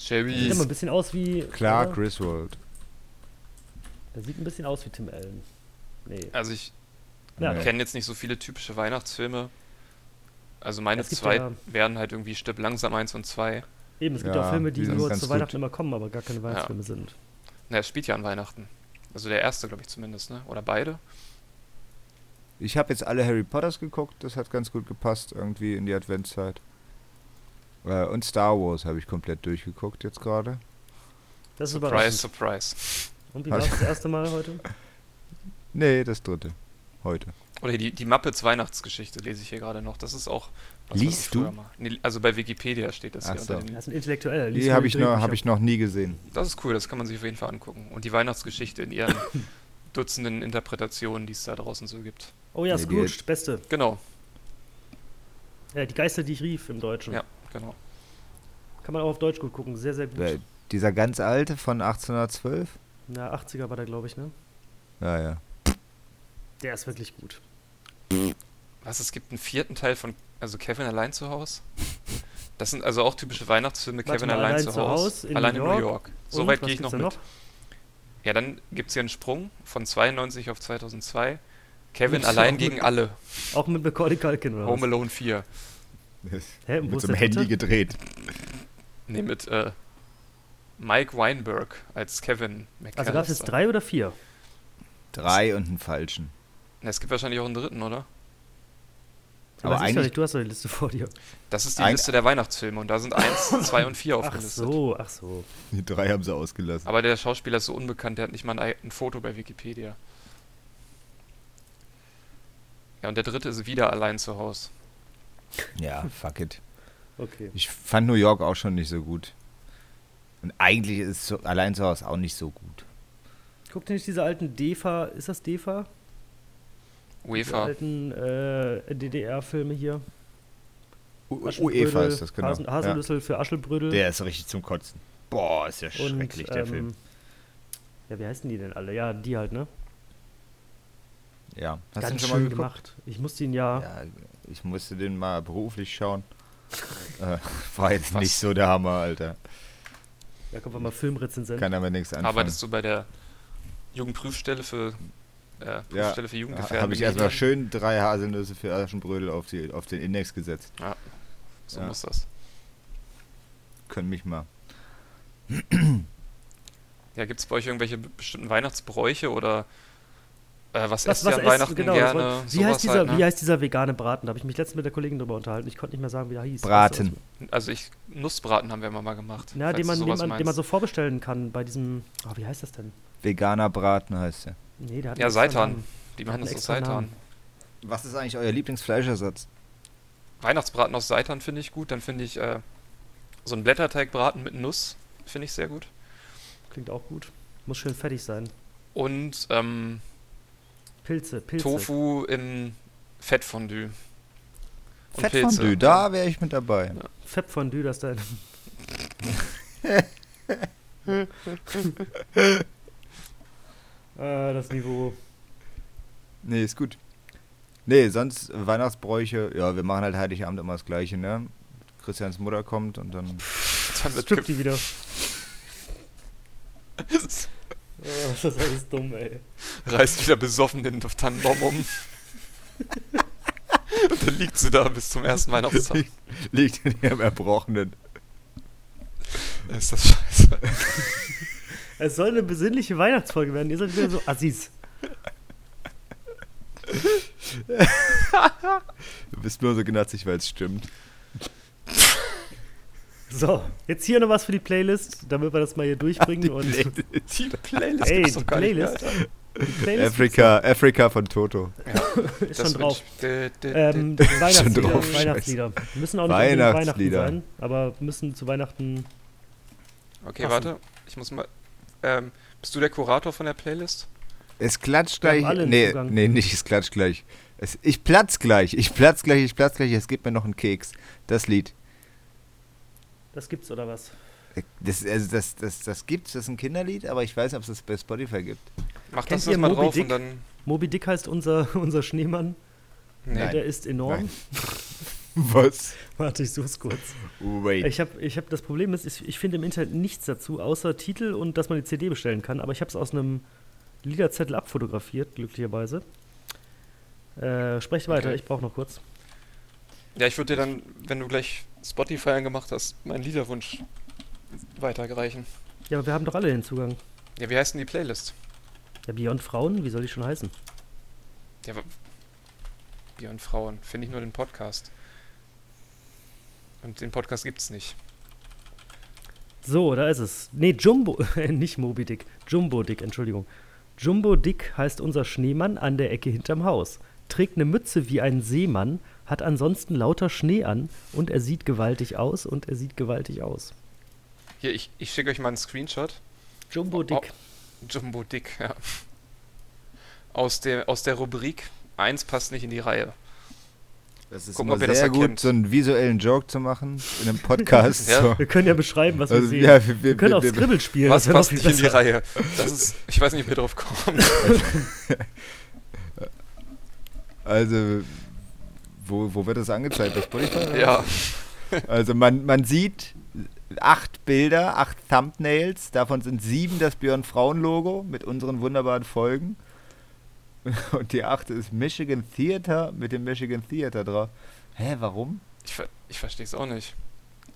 Chevy. Sieht immer ein bisschen aus wie. Klar, oder? Griswold. Der sieht ein bisschen aus wie Tim Allen. Nee. Also ich Ja, Nee. kenne jetzt nicht so viele typische Weihnachtsfilme. Also meine Es gibt zwei ja- wären halt irgendwie Stipp langsam 1 und 2. Eben, es gibt Ja, auch Filme, die die sind nur ganz zu gut. Weihnachten immer kommen, aber gar keine Weihnachtsfilme sind. Na, es spielt ja an Weihnachten. Also der erste, glaube ich zumindest, ne? Oder beide. Ich habe jetzt alle Harry Potters geguckt, das hat ganz gut gepasst irgendwie in die Adventszeit. Äh, und Star Wars habe ich komplett durchgeguckt jetzt gerade. Das ist Surprise, überraschend. surprise. Und wie war das erste Mal heute? Nee, das dritte. Heute. Oder die, die Muppets Weihnachtsgeschichte lese ich hier gerade noch. Das ist auch. was man Liest früher du? mal- Nee, also bei Wikipedia steht das Ach hier. unter so. den- Das ist ein intellektueller. liest Die nur habe die ich, noch- hab Drehbücher. ich noch nie gesehen. Das ist cool, das kann man sich auf jeden Fall angucken. Und die Weihnachtsgeschichte in ihren dutzenden Interpretationen, die es da draußen so gibt. Oh ja, Nee, die- Scrooge, beste. Genau, Ja, die Geister, die ich rief im Deutschen. ja, genau. Kann man auch auf Deutsch gut gucken. Sehr, sehr gut. Äh, Dieser ganz alte von 1812? Na, 80er war der, glaube ich, ne? Naja. Der ist wirklich gut. Was, es gibt einen vierten Teil von, also Kevin allein zu Hause? Das sind also auch typische Weihnachtsfilme, Warte Kevin mal, allein, Allein zu zu Haus Hause, in allein New in New York. York. So Und, weit was gehe ich gibt's noch da mit. Ja, dann gibt es hier einen Sprung von 92 auf 2002. Kevin Gibt's da allein auch mit- gegen alle, Auch mit Macaulay Culkin oder Home was? Alone 4. Hä, und wo Mit ist so einem der Handy dritte? gedreht. Nee, mit äh, Mike Weinberg als Kevin Also gab es jetzt drei oder vier? Drei und einen falschen. Na, Ne, es gibt wahrscheinlich auch einen dritten, oder? Weiß Aber ich doch eigentlich- nicht, du hast doch die Liste vor dir. Das ist die Ein- Liste der Weihnachtsfilme und da sind eins, zwei und vier Ach aufgelistet. so, ach so. Die drei haben sie ausgelassen. Aber der Schauspieler ist so unbekannt, der hat nicht mal ein, ei- ein Foto bei Wikipedia. Ja, und der dritte ist wieder allein zu Hause. Ja, fuck it. Okay. Ich fand New York auch schon nicht so gut. Und eigentlich ist so, allein zu Hause auch nicht so gut. Guckt ihr nicht diese alten DEFA, ist das DEFA? Die UEFA. alten äh, DDR-Filme hier. U Aschenbrödel, UEFA ist das, genau. Hasen, ja. Haselnüssel für Aschelbrödel. Der ist richtig zum Kotzen. Boah, ist ja und, schrecklich, der ähm, Film. Ja, wie heißen die denn alle? Ja, die halt, ne? Ja. Hast du ihn Ganz schon schön mal geguckt? gemacht. ne? Ich musste ihn ja. Ja, ich musste den mal beruflich schauen. äh, war jetzt Was? nicht so der Hammer, Alter. Da kommt man mal Filmrezensent. Kann damit nichts anfangen. Arbeitest du bei der Jugendprüfstelle für äh, Ja, Prüfstelle für Jugendgefährdung. Habe ich erstmal schön drei Haselnüsse für Aschenbrödel auf, die, auf den Index gesetzt. So ja. muss das. Können mich mal. Ja, gibt es bei euch irgendwelche be- bestimmten Weihnachtsbräuche oder äh, was, Was, esst was ihr an essen? Weihnachten Genau, das gerne? Wie heißt, dieser, halt, ne? wie heißt dieser vegane Braten? Da habe ich mich letztens mit der Kollegin drüber unterhalten. Ich konnte nicht mehr sagen, wie der hieß. Braten. Also ich, Nussbraten haben wir immer mal gemacht. Ja, falls den du man, den, sowas man, den man meinst. so vorbestellen kann bei diesem. Oh, wie heißt das denn? Veganer Braten heißt der. Nee, der hat Ja, einen extra Seitan. Namen. Die hat machen einen das aus extra Seitan. Namen. Was ist eigentlich euer Lieblingsfleischersatz? Weihnachtsbraten aus Seitan finde ich gut. Dann finde ich äh, so einen Blätterteigbraten mit Nuss finde ich sehr gut. Klingt auch gut. Muss schön fettig sein. Und ähm, Pilze, Pilze. Tofu im Fettfondue. Und Fettfondue, da wäre ich mit dabei. Fettfondue, das da. äh, das Niveau. Nee, ist gut. Nee, sonst Weihnachtsbräuche, ja, wir machen halt Heiligabend immer das Gleiche, ne? Christians Mutter kommt und dann. Dann wird Strippt die wieder. ge- Oh, das ist alles dumm, ey. reißt wieder besoffen den Tannenbaum um. Und dann liegt sie da bis zum ersten Weihnachtstag. Liegt in ihrem Erbrochenen. Ist das scheiße. Es soll eine besinnliche Weihnachtsfolge werden. Ihr seid wieder so Assis. Du bist nur so genatzig, weil es stimmt. So, jetzt hier noch was für die Playlist, damit wir das mal hier durchbringen. und Die Playlist Ey, gibt's die doch gar Playlist. nicht mehr, Alter. die Playlist Afrika, Afrika von Toto. ist Das schon drauf. wünsch- dü- dü- Ähm, dü- Schon Weihnachtslieder, drauf, Weihnachtslieder. Müssen auch nicht unbedingt Weihnachten Weihnachtslieder. sein, aber müssen zu Weihnachten. Okay, passen. warte. Ich muss mal. Ähm, bist du der Kurator von der Playlist? Es klatscht Wir haben gleich. alle einen Nee, Zugang. nee, nicht, es klatscht gleich. Es, ich platz gleich, ich platz gleich, ich platz gleich, es gibt mir noch einen Keks. Das Lied. Das gibt's oder was? Das, also das, das, das gibt's, das ist ein Kinderlied, aber ich weiß nicht, ob es das bei Spotify gibt. Mach Kennt das ihr jetzt mal Moby drauf Dick? und dann. Moby Dick heißt unser, unser Schneemann. Nee. Nein. Der ist enorm. Nein. Was? Warte, ich such's kurz. Wait. Ich habe ich hab, das Problem ist, ich, ich finde im Internet nichts dazu, außer Titel und dass man die CD bestellen kann. Aber ich habe es aus einem Liederzettel abfotografiert, glücklicherweise. Äh, sprecht weiter, Okay. ich brauche noch kurz. Ja, ich würde dir dann, wenn du gleich Spotify angemacht hast, meinen Liederwunsch weitergereichen. Ja, aber wir haben doch alle den Zugang. Ja, wie heißt denn die Playlist? Ja, Beyond Frauen, wie soll die schon heißen? Ja, wa- Bier und Frauen. Finde ich nur den Podcast. Und den Podcast gibt's nicht. So, da ist es. Nee, Jumbo, nicht Moby Dick. Jumbo Dick, Entschuldigung. Jumbo Dick heißt unser Schneemann an der Ecke hinterm Haus. Trägt eine Mütze wie ein Seemann, hat ansonsten lauter Schnee an und er sieht gewaltig aus und er sieht gewaltig aus. Hier, ich, ich schicke euch mal einen Screenshot. Jumbo Dick. Oh, Jumbo Dick, ja. Aus der, aus der Rubrik 1 passt nicht in die Reihe. Das ist Gucken, immer ob ihr das sehr erkennt. gut, so einen visuellen Joke zu machen in einem Podcast. Ja. so. Wir können ja beschreiben, was wir Also, sehen. ja, wir, wir, wir können wir, auf wir, Scribble spielen. Was das wär noch passt viel nicht in die besser. Reihe? Das ist, ich weiß nicht, ob wir drauf kommen. also wo, wo wird das angezeigt? Bei Spotify? oder? Ja, Also man, man sieht acht Bilder, acht Thumbnails, davon sind sieben das Björn Frauen-Logo mit unseren wunderbaren Folgen. Und die achte ist Michigan Theater mit dem Michigan Theater drauf. Hä, warum? ich, ver- ich verstehe es auch nicht.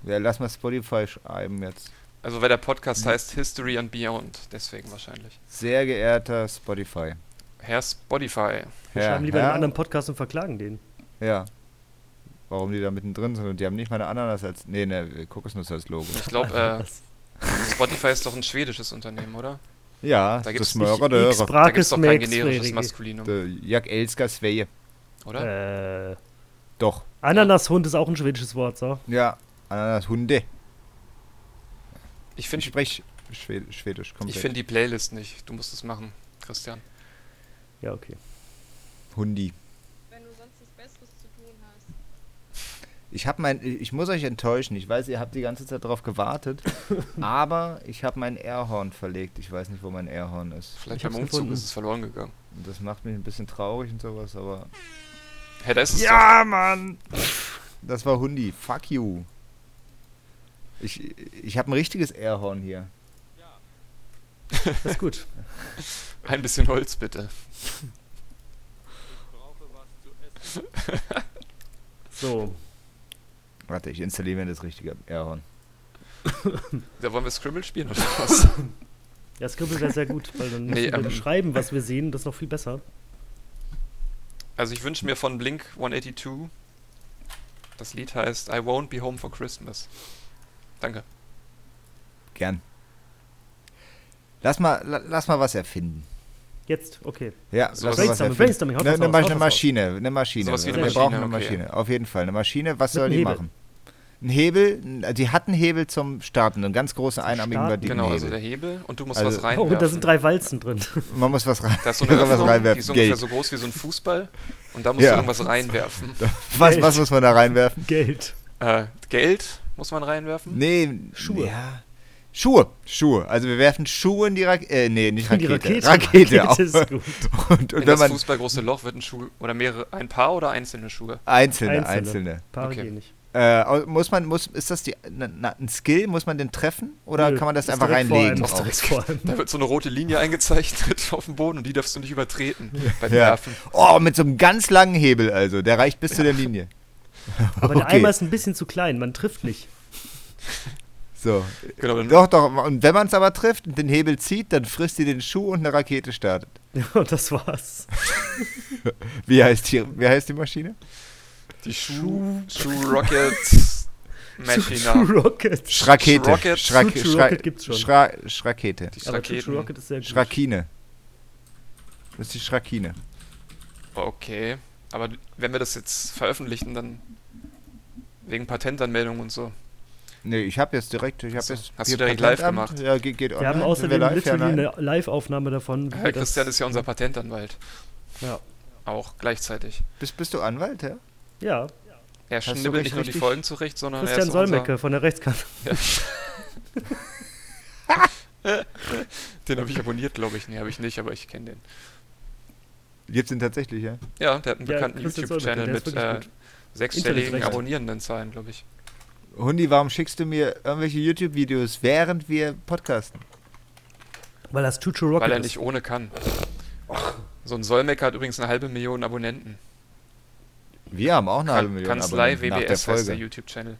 Ja, lass mal Spotify schreiben jetzt. Also, weil der Podcast Mhm. heißt History and Beyond, deswegen wahrscheinlich. Sehr geehrter Spotify. Herr Spotify. Wir Ja, schreiben lieber ja. einen anderen Podcast und verklagen den. Ja. Warum die da mittendrin sind und die haben nicht mal eine Ananas als. Nee, ne, Kokosnuss als Logo. Ich glaube, äh, Spotify ist doch ein schwedisches Unternehmen, oder? Ja, Da gibt's das nicht Mörer der Ra- Da sprach gibt es es doch kein mir generisches Maskulinum, der Jack Elsker Sveje. oder? äh, Doch. Ananashund ist auch ein schwedisches Wort, so. Ja, Ananas Hunde. Ich Ich finde spreche Schwed Schwedisch komplett. ich find die Playlist nicht. Du musst es machen, Christian. Ja, okay. Hundi. wenn du sonst nichts Besseres zu tun hast. Ich habe mein, ich muss euch enttäuschen. Ich weiß, ihr habt die ganze Zeit darauf gewartet, aber ich habe mein Airhorn verlegt. Ich weiß nicht, wo mein Airhorn ist. Vielleicht Ich beim hab's Umzug gefunden. ist es verloren gegangen. Und das macht mich ein bisschen traurig und sowas, aber. Hä, da ist es doch. Ja, Mann! Das war Hundi. Fuck you. Ich, ich habe ein richtiges Airhorn hier. Das ist gut. Ein bisschen Holz bitte. So, Warte, ich installiere mir das richtige Airhorn. Da wollen wir Scribble spielen oder was? ja, Scribble wäre sehr gut, weil dann Nee, müssen wir ähm. beschreiben, was wir sehen, das ist noch viel besser. Also ich wünsche mir von Blink 182. Das Lied heißt I won't be home for Christmas. Danke. Gern. Lass mal, la, lass mal was erfinden. Jetzt, okay. Ja, So lass mal Brainstorming, was erfinden. Brainstorming, haut Ne, was ne, raus, haut was mach ich eine raus. Maschine, eine Maschine. Sowas wie Wir eine brauchen Maschine, eine okay. Maschine. Auf jeden Fall eine Maschine. Was Mit soll einem die Hebel. machen? Ein Hebel, n- die hatten Hebel zum Starten, einen ganz großen einarmigen Starten? Banditen Genau, also Hebel. der Hebel und du musst Also- was rein. Oh, und da sind drei Walzen drin. Man muss was rein. Da ist so eine was Öffnung, die ist reinwerfen. ungefähr Geld. so groß wie so ein Fußball und da musst Ja. du irgendwas reinwerfen. Was, Geld. was muss man da reinwerfen? Geld. Äh, Geld muss man reinwerfen. Nee, Schuhe. Ja. Schuhe, Schuhe. Also wir werfen Schuhe in die Rakete. Äh, nee, nicht Die Rakete. Rakete. Rakete, auf. ist gut. Und, In und wenn das man Fußballgroße Loch wird ein Schuh oder mehrere, ein Paar oder einzelne Schuhe. einzelne, Einzelne. einzelne. Paare Okay. gehen nicht. Äh, au- muss man, muss, ist das die, na, na, ein Skill? Muss man den treffen? Oder Nö, kann man das ist einfach direkt reinlegen? Vor einem, auch? ist direkt vor einem. Da wird so eine rote Linie eingezeichnet auf dem Boden und die darfst du nicht übertreten beim Ja. Werfen. Oh, mit so einem ganz langen Hebel, also. Der reicht bis zu der Linie. Aber der Eimer ist ein bisschen zu klein, man trifft nicht. So. Genau, dann Doch, doch. Und wenn man es aber trifft und den Hebel zieht, dann frisst sie den Schuh und eine Rakete startet. Ja, und das war's. Wie heißt die, wie heißt die Maschine? die Schuh, Schuh Rockets Machina. True Rocket. Schrakete. Schrocket. Schrake- True Schra- Rocket gibt's schon. Schra Schrakete. Die Aber True, True Raketen. Rocket ist sehr gut. Schrakine. Das ist die Schrakine. Okay, aber wenn wir das jetzt veröffentlichen, dann wegen Patentanmeldung und so. Nee, ich habe jetzt direkt, ich habe Achso. jetzt Hast hier du direkt live Patentamt. gemacht? Ja, geht, geht Wir haben online. Sind außerdem live? Ja, literally nein. eine Live-Aufnahme davon. wie Herr wir das- Christian ist ja unser Patentanwalt. Ja. Auch gleichzeitig. Bist, bist du Anwalt, ja? Ja, Er du schnibbelt mich nicht nur die richtig- Folgen zurecht, sondern Christian er ist unser- Solmecke von der Rechtskante. Den habe ich abonniert, glaube ich. Nee, habe ich nicht, aber ich kenne den. Gibt's ihn tatsächlich, ja? Ja, der hat einen Ja, bekannten Christian YouTube-Channel Solmecke, mit der äh, ist wirklich sechsstelligen Internetrecht. abonnierenden Zahlen, glaube ich. Hundi, warum schickst du mir irgendwelche YouTube-Videos, während wir podcasten? Weil das True True Weil er Rocket nicht ist. ohne kann. So ein Solmecke hat übrigens eine halbe Million Abonnenten. Wir haben auch eine halbe Kan- Million Kanzlei Abonnenten nach der WBS heißt der Folge. YouTube-Channel.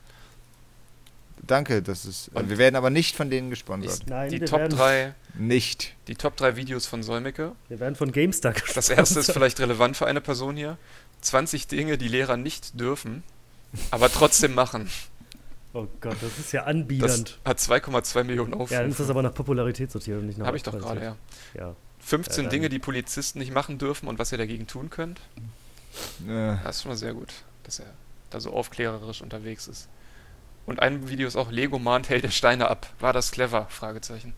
Danke, das ist. äh, Und- wir werden aber nicht von denen gesponsert. Nein, Die wir, Top werden, 3 Nicht. Die Top 3 Videos von Solmecke. wir werden von GameStar Das gesponsert. erste ist vielleicht relevant für eine Person hier. 20 Dinge, die Lehrer nicht dürfen, aber trotzdem machen. Oh Gott, das ist ja Das anbiedernd. hat 2,2 Millionen Aufrufe. ja, dann ist das aber nach Popularität sortiert und nicht nach Habe ich doch gerade, Aufqualität. ja. ja. Ja, 15 dann- Dinge, die Polizisten nicht machen dürfen und was ihr dagegen tun könnt. Äh, Das ist schon mal sehr gut, dass er da so aufklärerisch unterwegs ist. Und ein Video ist auch Lego mahnt hält der Steine ab. War das clever? Fragezeichen.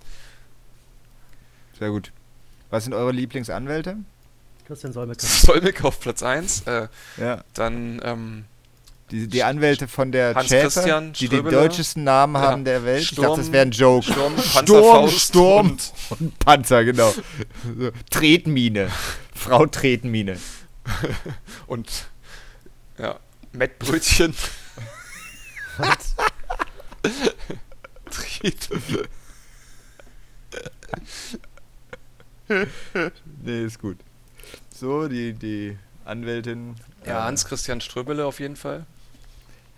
sehr gut. Was sind eure Lieblingsanwälte? Christian Solmecke. Solmecke auf Platz 1. Äh, Ja. dann ähm, Die, die Anwälte von der Hans Schäfer, Christian die den Ströbeler. deutschesten Namen Ja. haben der Welt. ich Sturm- dachte, das wäre ein Joke. Sturm, Sturm, Panzerfaust Sturm und und Panzer, genau. So, Tretmine. Frau Tretmine. Und ja, Mettbrötchen. Was? Tritt. Nee, ist gut. So, die, die Anwältin. ja, äh, Hans-Christian Ströbele auf jeden Fall.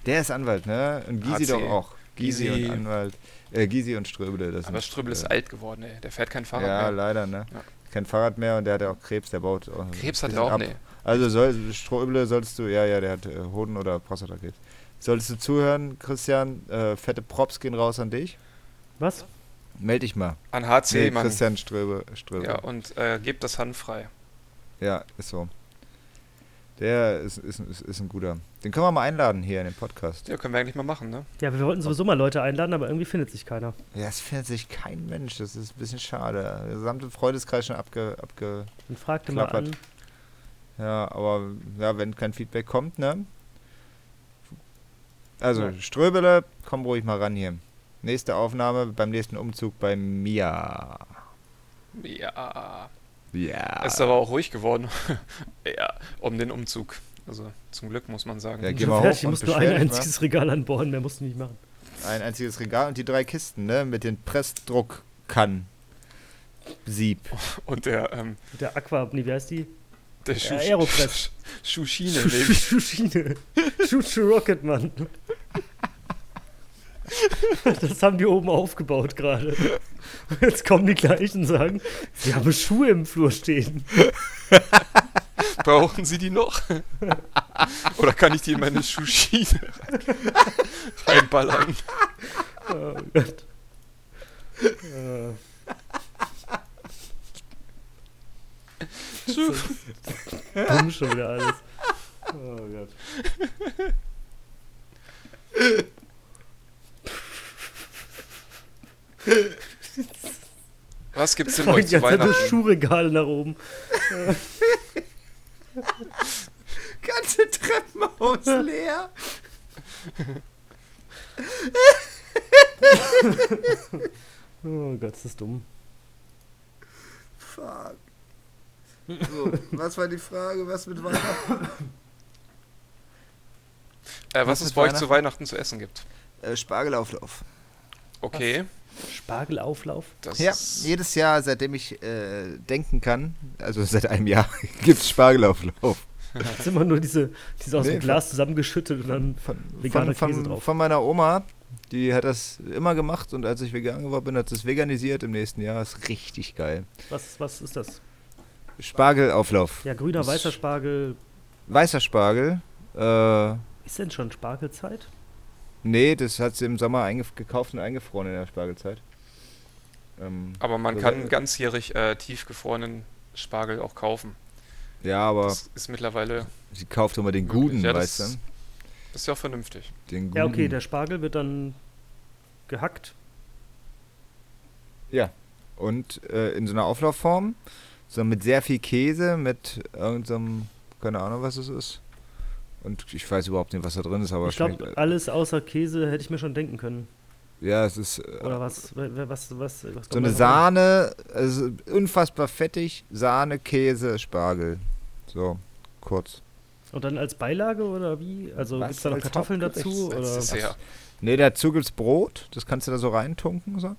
Der ist Anwalt, ne? Und HC. Gysi doch auch. Gysi, Gysi. und Anwalt. Äh, Gysi und Ströbele. Das Aber sind, Ströbele ist äh, alt geworden, ey. Der fährt kein Fahrrad Ja, mehr. leider, ne? Ja. Kein Fahrrad mehr und der hat ja auch Krebs, der baut auch ein Krebs hat er bisschen auch, ab. nee. Also soll, Ströble solltest du, ja, ja, der hat äh, Hoden- oder Prostatakrebs. Solltest du zuhören, Christian, äh, fette Props gehen raus an dich. Was? Meld dich mal. An HC, Nee, Mann. Christian Ströbe. Ströbe. Ja, Ja. und äh, gebt das Hand frei. ist so. Der ist, ist, ist, ist ein guter. Den können wir mal einladen hier in den Podcast. Ja, können wir eigentlich mal machen, ne? Ja, wir wollten sowieso mal Leute einladen, aber irgendwie findet sich keiner. Ja, es findet sich kein Mensch, das ist ein bisschen schade. Der gesamte Freundeskreis schon abge, abge. Dann fragte mal Klappert. an. Ja, aber ja, wenn kein Feedback kommt, ne? Also, Ja. Ströbele, komm ruhig mal ran hier. Nächste Aufnahme beim nächsten Umzug bei Mia. Ja. Ja. Ist aber auch ruhig geworden. ja, um den Umzug. Also zum Glück muss man sagen. Ja, Ich geh bin mal fertig, hoch ich und muss nur ein beschwer dich mal. einziges Regal anbohren, mehr musst du nicht machen. Ein einziges Regal und die drei Kisten, ne? Mit den Pressdruckkannen. Sieb. Und der, ähm, Der Aqua, nee, wie heißt die? der Ja, Aeropress. Schuschine Schu- lebt. Schu- Schuschine. Schuchu Rocket, Mann. Das haben die oben aufgebaut gerade. Jetzt kommen die gleichen und sagen, sie haben Schuhe im Flur stehen. Brauchen Sie die noch? Oder kann ich die in meine Schuschine reinballern? Oh Gott. Äh, dumm schon wieder alles. Oh Gott. Was gibt's denn Oh, heute jetzt zu hat das Weihnachten? Schuhregal nach oben. Ganze Treppenhaus leer. Oh Gott, ist das dumm. Fuck. So, was war die Frage? Was mit Weihnachten? Äh, was Was es mit bei euch zu Weihnachten zu essen gibt. Äh, Spargelauflauf. Okay, Spargelauflauf? das Ja, ist- jedes Jahr, seitdem ich äh, denken kann, also seit einem Jahr, gibt es Spargelauflauf. Da ist immer nur diese, diese aus Nee, dem Glas zusammengeschüttet und dann. Von, Veganer von, von, Käse drauf. von meiner Oma, die hat das immer gemacht und als ich vegan geworden bin, hat sie es veganisiert im nächsten Jahr. Ist richtig geil. Was, was ist das? Spargelauflauf. Ja, grüner, Das- weißer Spargel. Weißer Spargel. Äh, Ist denn schon Spargelzeit? nee, das hat sie im Sommer eingef- gekauft und eingefroren in der Spargelzeit. Ähm, Aber man Also, kann äh, ganzjährig äh, tiefgefrorenen Spargel auch kaufen. ja, aber Das ist mittlerweile, sie kauft immer den guten, Ja, das- weißt du? das ist ja auch vernünftig. Den guten. Ja, okay, der Spargel wird dann gehackt. und äh, in so einer Auflaufform, so mit sehr viel Käse, mit irgendeinem, keine Ahnung, was es ist. Und ich weiß überhaupt nicht, was da drin ist, aber ich äh, glaube, schmeckt- äh, alles außer Käse hätte ich mir schon denken können. ja, es ist äh, Oder was? wer- wer- was, was, was kommt so eine da noch? Sahne, also unfassbar fettig, Sahne, Käse, Spargel. So, kurz. Und dann als Beilage oder wie? Also Was? gibt es da noch Als Kartoffeln dazu? Hauptgericht, Oder? als- Sehr. Nee, dazu gibt's Brot, das kannst du da so reintunken, so.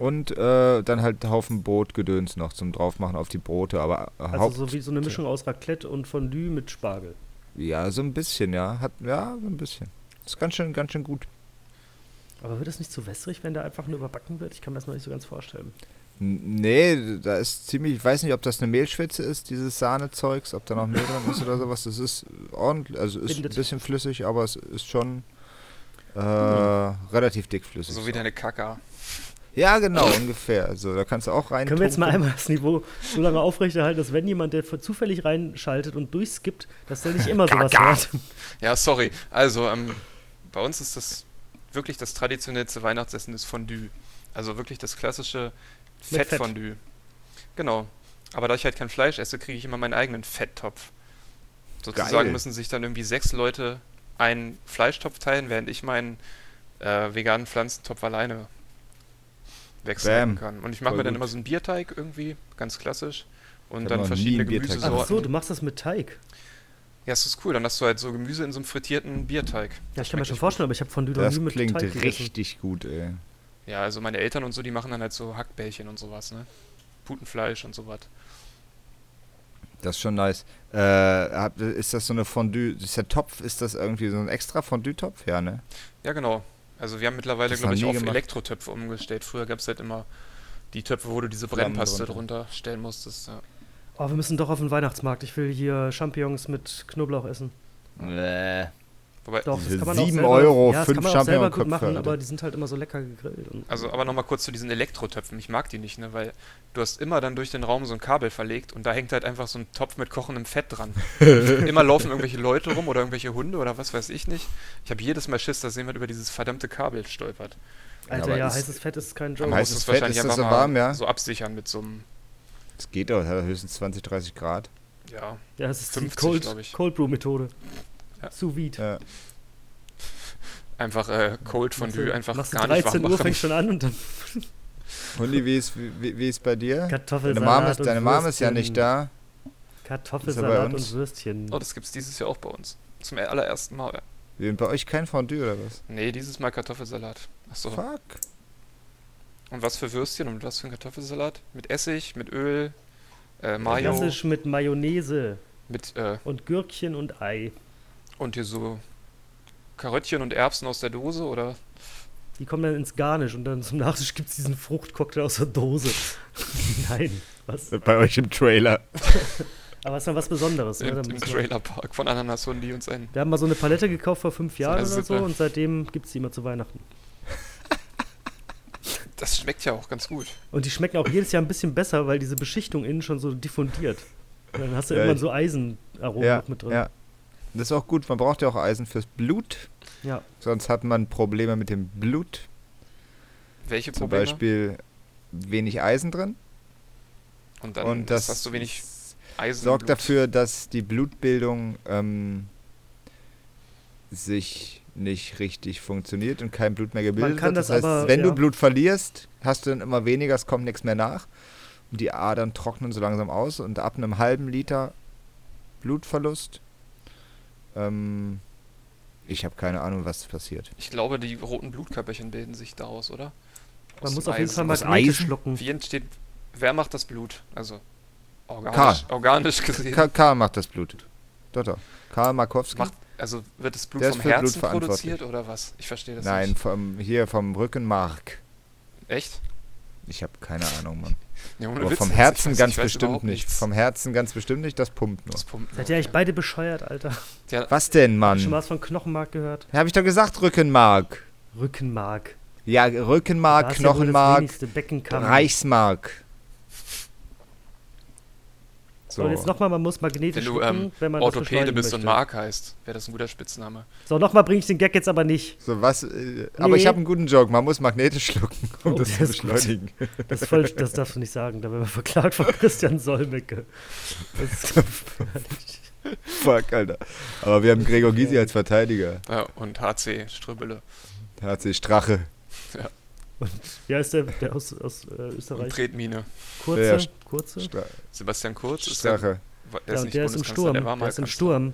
Und äh, dann halt einen Haufen Brotgedöns noch zum draufmachen auf die Brote, aber äh, Haupt, Also so wie so eine Mischung aus Raclette und Fondue mit Spargel. ja, so ein bisschen, ja, hat ja, so ein bisschen. Ist ganz schön ganz schön gut. Aber wird das nicht zu wässrig, wenn der einfach nur überbacken wird? Ich kann mir das noch nicht so ganz vorstellen. N- Nee, da ist ziemlich, ich weiß nicht, ob das eine Mehlschwitze ist, dieses Sahnezeugs, ob da noch Mehl drin ist oder sowas. Das ist ordentlich, also ist Bindet. ein bisschen flüssig, aber es ist schon äh, relativ dickflüssig. So wie deine Kaka. ja, genau, ungefähr. Also da kannst du auch rein. Können wir jetzt mal tunken. einmal das Niveau so lange aufrechterhalten, dass wenn jemand, der zufällig reinschaltet und durchskippt, dass der nicht immer sowas hört? Ja, sorry. Also, ähm, bei uns ist das wirklich das traditionellste Weihnachtsessen ist Fondue. Also wirklich das klassische Mit Fett. Fettfondue. Genau. Aber da ich halt kein Fleisch esse, kriege ich immer meinen eigenen Fetttopf. Sozusagen Geil. müssen sich dann irgendwie sechs Leute einen Fleischtopf teilen, während ich meinen äh, veganen Pflanzentopf alleine wechseln Bam. kann. Und ich mache Voll mir dann gut. immer so einen Bierteig irgendwie, ganz klassisch. Und hab dann noch nie verschiedene einen Bierteig Gemüsesorten. Ach so, du machst das mit Teig. Ja, es ist cool. Dann hast du halt so Gemüse in so einem frittierten Bierteig. Ja, Das ich kann mir schmeckt schon echt vorstellen, aber ich habe Fondue noch Das nie mit klingt Teig gegessen. richtig gut, ey. gut. Ja, also meine Eltern und so, die machen dann halt so Hackbällchen und sowas, ne? Putenfleisch und sowas. Das ist schon nice. Äh, habt- ist das so eine Fondue, dieser Topf, ist das irgendwie so ein extra Fondue-Topf? Ja, ne? Ja, genau. Also wir haben mittlerweile, Das glaube noch ich, nie auf gemacht. Elektrotöpfe umgestellt. Früher gab es halt immer die Töpfe, wo du diese Flammen Brennpaste drunter. drunter stellen musstest. Ja. Oh, wir müssen doch auf den Weihnachtsmarkt. Ich will hier Champignons mit Knoblauch essen. Nee. Wobei, Doch, Diese das kann man auch sieben selber, Euro, ja, das fünf kann man auch selber gut Champignonköpfe, machen, Alter. aber die sind halt immer so lecker gegrillt. Und also aber nochmal kurz zu diesen Elektrotöpfen. Ich mag die nicht, ne? Weil du hast immer dann durch den Raum so ein Kabel verlegt und da hängt halt einfach so ein Topf mit kochendem Fett dran. immer laufen irgendwelche Leute rum oder irgendwelche Hunde oder was weiß ich nicht. Ich habe jedes Mal Schiss, dass jemand über dieses verdammte Kabel stolpert. Alter, aber ja, ist- heißes Fett ist kein Man Aber Joke. muss heißes es Fett, wahrscheinlich ist das einfach so mal warm, ja? so absichern mit so einem, Das geht doch, hat höchstens 20, 30 Grad. ja, Ja, es ist die 50, glaub Cold, ich. Cold Brew Methode. Ja. Sous vide. Ja. einfach äh, Cold Fondue einfach machst du gar nicht warm 13 Uhr machen. fängt schon an und dann Hundi, wie ist, wie, wie ist bei dir? Deine Kartoffelsalat. Mom ist, und deine Mom ist ja Würstchen. nicht da. Ist er Kartoffelsalat bei uns? und Würstchen. Oh, das gibt's dieses Jahr auch bei uns. Zum allerersten Mal. Wir- Bei euch kein Fondue oder was? Oh. Nee, dieses Mal Kartoffelsalat. Achso. Fuck. Und was für Würstchen und mit was für ein Kartoffelsalat? Mit Essig, mit Öl, äh, Mayo, Klassisch mit Mayonnaise mit äh, und Gürkchen und Ei. und hier so Karottchen und Erbsen aus der Dose oder Die kommen dann ins Garnisch und dann zum Nachtisch gibt es diesen Fruchtcocktail aus der Dose. Nein, was? Bei euch im Trailer. Aber es ist dann was Besonderes. Ne? im, Da im muss man- Trailerpark von Ananas Hundi und seinen. Wir haben mal so eine Palette gekauft vor fünf Jahren eine oder so Sippe. und seitdem gibt es die immer zu Weihnachten. Das schmeckt ja auch ganz gut. Und die schmecken auch jedes Jahr ein bisschen besser, weil diese Beschichtung innen schon so diffundiert. Und dann hast du Ja, immer ich- so Eisenaromen Ja, noch mit drin. ja. Das ist auch gut. Man braucht ja auch Eisen fürs Blut. Ja. Sonst hat man Probleme mit dem Blut. Welche Zum Probleme? Beispiel wenig Eisen drin. Und dann und das hast du wenig Eisen. sorgt Blut. dafür, dass die Blutbildung ähm, sich nicht richtig funktioniert und kein Blut mehr gebildet kann wird. Das, das heißt, aber- wenn ja. du Blut verlierst, hast du dann immer weniger, es kommt nichts mehr nach. Und die Adern trocknen so langsam aus und ab einem halben Liter Blutverlust. Ähm, ich habe keine Ahnung, was passiert. Ich glaube, die roten Blutkörperchen bilden sich daraus, oder? Man Aus muss dem auf jeden Eisen. Fall Aus Magnete Eisen? schlucken. Wie entsteht. Wer macht das Blut? Also organisch, organisch gesehen. Ka Karl macht das Blut. Dotter. Karl Markowski. Macht, also wird das Blut Der ist vom für Blut Herzen verantwortlich. produziert oder was? Ich verstehe das Nein, nicht. vom, hier vom Rückenmark. Echt? Ich habe keine Ahnung, Mann. Nee, ohne Aber Witz vom jetzt. Ich Herzen weiß- ich ganz weiß bestimmt überhaupt nicht. nichts. Vom Herzen ganz bestimmt nicht, das pumpt nur. Das Pumpen. Seid ihr eigentlich beide bescheuert, Alter? Was denn, Schon mal Mann? was von Knochenmark gehört? Hab ich doch gesagt, Rückenmark. Rückenmark. Ja, Da Rückenmark, ist ja wohl das Ah, Knochenmark, wenigste, Beckenkamm. Reichsmark. So. Und jetzt nochmal, man muss magnetisch Wenn du schlucken, ähm, wenn man Orthopäde das bist möchte. und Mark heißt, wäre das ein guter Spitzname. So, nochmal bringe ich den Gag jetzt aber nicht. so was, äh, aber ich Nee. habe einen guten Joke. Man muss magnetisch schlucken, um Oh, das zu der ist gut. beschleunigen. Das, ist voll, das darfst du nicht sagen, da werden wir verklagt von Christian Solmecke. Das ist gefährlich. Fuck, Alter. Aber wir haben Gregor Gysi als Verteidiger. Ja, und HC Strübbele HC Strache. Wie heißt der, der aus, aus äh, und Österreich? Tretmine. Kurze? Ja, ja. Kurze? Stra Sebastian Kurz ist der, Strache. der Ja, ist und nicht der ist im Bundeskanzler, Sturm. der war Der, mal ist im Kanzler. Sturm.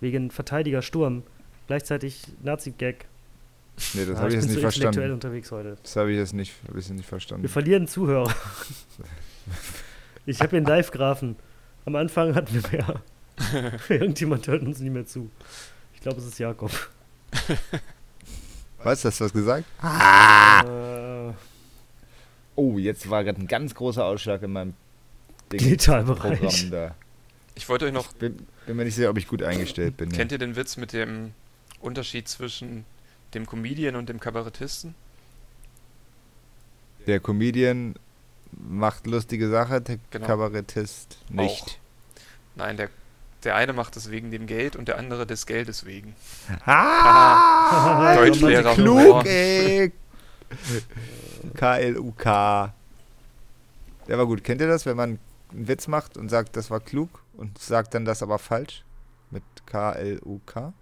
Wegen Verteidiger Sturm. Gleichzeitig Nazi-Gag. Nee, das Ah, habe ich bin ich jetzt nicht so intellektuell verstanden. unterwegs heute. Hm. Das habe ich jetzt nicht, hab ich jetzt nicht verstanden. Wir verlieren Zuhörer. Ich habe hier einen Live-Graphen. Am Anfang hatten wir mehr. Irgendjemand hört uns nicht mehr zu. Ich glaube, es ist Jakob. Was, hast du was gesagt? Äh, Oh, jetzt war gerade ein ganz großer Ausschlag in meinem Ding Genitalbereich. Programm da. Ich wollte euch noch Bin, bin mir nicht sicher, ob ich gut eingestellt bin. Kennt ihr den Witz mit dem Unterschied zwischen dem Comedian und dem Kabarettisten? Der Comedian macht lustige Sache, der Genau. Kabarettist nicht. Nein, der, der eine macht es wegen dem Geld und der andere des Geldes wegen. Ah, Deutschlehrer. klug, ey. K-L-U-K. Der war gut. Kennt ihr das, wenn man einen Witz macht und sagt, das war klug und sagt dann das aber falsch? Mit K-L-U-K?